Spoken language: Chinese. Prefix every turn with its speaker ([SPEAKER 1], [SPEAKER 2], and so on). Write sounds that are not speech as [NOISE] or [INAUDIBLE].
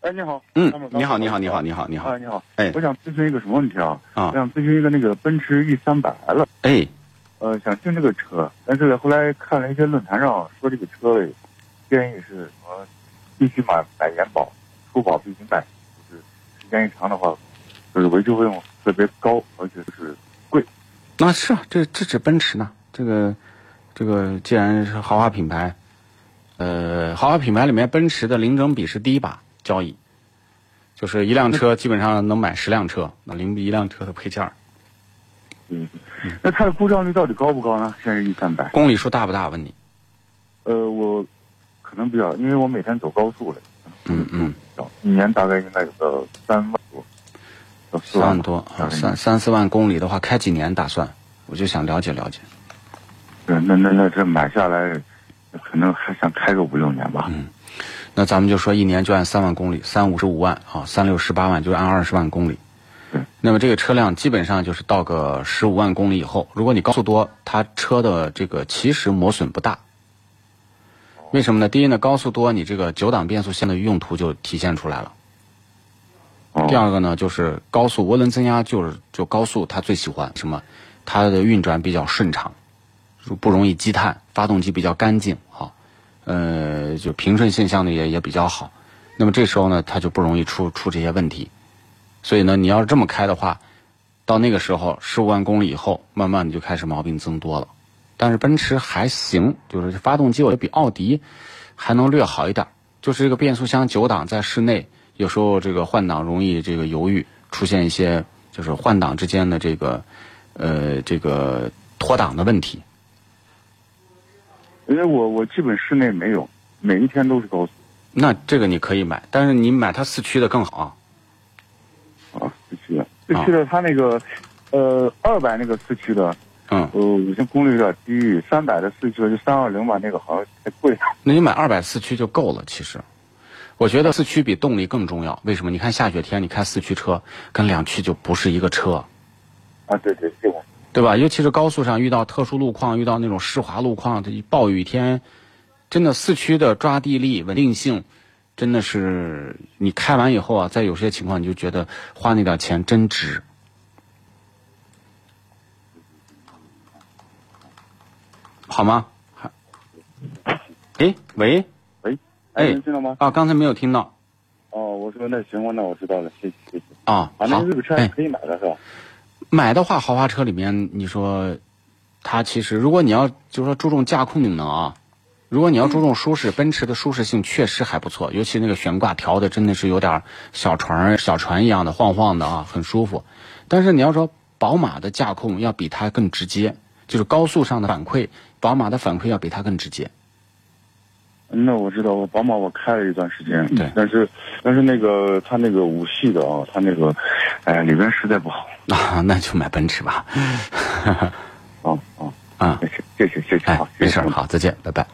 [SPEAKER 1] 哎，你好，
[SPEAKER 2] 嗯，你好，你好，你好，你好，你好
[SPEAKER 1] 哎，，你好，
[SPEAKER 2] 哎
[SPEAKER 1] 我想咨询一个什么问题啊？
[SPEAKER 2] 啊
[SPEAKER 1] 我想咨询一个那个奔驰 E 三百 L，
[SPEAKER 2] 哎，
[SPEAKER 1] 呃，想订这个车，但是后来看了一些论坛上说这个车嘞，建议是什么，必须买买延保，出保必须买，就是时间一长的话，就是维修费用特别高，而且就是
[SPEAKER 2] 那是啊，这这是奔驰呢，这个这个既然是豪华品牌，呃，豪华品牌里面奔驰的零整比是第一把交易，就是一辆车基本上能买十辆车，那零比一辆车的配件儿，
[SPEAKER 1] 嗯，那它的故障率到底高不高呢？现在 E 三百，
[SPEAKER 2] 公里数大不大？问你，
[SPEAKER 1] 呃，我可能比较，因为我每天走高速嘞，
[SPEAKER 2] 嗯嗯，
[SPEAKER 1] 一年大概应该有个三万多，到四
[SPEAKER 2] 三万
[SPEAKER 1] 万
[SPEAKER 2] 多，
[SPEAKER 1] 大
[SPEAKER 2] 啊
[SPEAKER 1] 概
[SPEAKER 2] 三三四万公里的话，开几年打算？我就想了解了解。
[SPEAKER 1] 对，那那那这买下来，可能还想开个五六年吧。
[SPEAKER 2] 嗯那咱们就说一年就按三万公里，三五十五万啊，三六十八万，就按二十万公里
[SPEAKER 1] 嗯。
[SPEAKER 2] 那么这个车辆基本上就是到个十五万公里以后，如果你高速多，它车的这个其实磨损不大。为什么呢？第一呢，高速多，你这个九档变速箱的用途就体现出来了。第
[SPEAKER 1] 哦，
[SPEAKER 2] 二个呢，就是高速涡轮增压，就是就高速它最喜欢什么？它的运转比较顺畅，就不容易积碳，发动机比较干净啊，呃，就平顺现象呢也也比较好。那么这时候呢，它就不容易出出这些问题。所以呢，你要是这么开的话，到那个时候十五万公里以后，慢慢你就开始毛病增多了。但是奔驰还行，就是发动机我觉得比奥迪还能略好一点儿，就是这个变速箱九档在室内有时候这个换挡容易这个犹豫，出现一些就是换挡之间的这个呃这个脱档的问题。
[SPEAKER 1] 因为我我基本室内没有，每一天都是高速
[SPEAKER 2] 那这个你可以买，但是你买它四驱的更好啊。
[SPEAKER 1] 啊，四驱的。四驱
[SPEAKER 2] 哦
[SPEAKER 1] 的它那个，呃，二百那个四驱的，
[SPEAKER 2] 嗯，
[SPEAKER 1] 呃，我像功率有点低，三百的四驱的就三二零吧，那个好像太贵了。
[SPEAKER 2] 那你买二百四驱就够了。其实，我觉得四驱比动力更重要。为什么？你看下雪天，你开四驱车跟两驱就不是一个车。
[SPEAKER 1] 啊，对对，这个
[SPEAKER 2] 对吧？尤其是高速上遇到特殊路况，遇到那种湿滑路况，这一暴雨天，真的四驱的抓地力、稳定性，真的是你开完以后啊，在有些情况你就觉得花那点钱真值。好吗？还，哎，喂，
[SPEAKER 1] 喂，
[SPEAKER 2] 哎
[SPEAKER 1] 能听到吗？
[SPEAKER 2] 啊，刚才没有听到
[SPEAKER 1] 哦，我说那行，我那我知道了，谢谢谢谢。
[SPEAKER 2] 啊，
[SPEAKER 1] 啊，那
[SPEAKER 2] 好
[SPEAKER 1] 这个，车
[SPEAKER 2] 哎，
[SPEAKER 1] 可以买的是吧？
[SPEAKER 2] 买的话，豪华车里面，你说它其实，如果你要就是说注重驾控性能啊，如果你要注重舒适，奔驰的舒适性确实还不错，尤其那个悬挂调的真的是有点小船儿小船一样的晃晃的啊，很舒服。但是你要说宝马的驾控要比它更直接，就是高速上的反馈，宝马的反馈要比它更直接。 [LAUGHS]
[SPEAKER 1] 那我知道，我宝马我开了一段时间，
[SPEAKER 2] 嗯对
[SPEAKER 1] 但是但是那个它那个五系的啊，它那个，哎呀，里边实在不好。
[SPEAKER 2] 啊，那就买奔驰吧。
[SPEAKER 1] 哦哦，
[SPEAKER 2] 啊，
[SPEAKER 1] 没事，谢谢谢谢，
[SPEAKER 2] 哎
[SPEAKER 1] 好，，
[SPEAKER 2] 没
[SPEAKER 1] 啊谢
[SPEAKER 2] 事
[SPEAKER 1] 谢
[SPEAKER 2] 儿，好，再见，拜拜。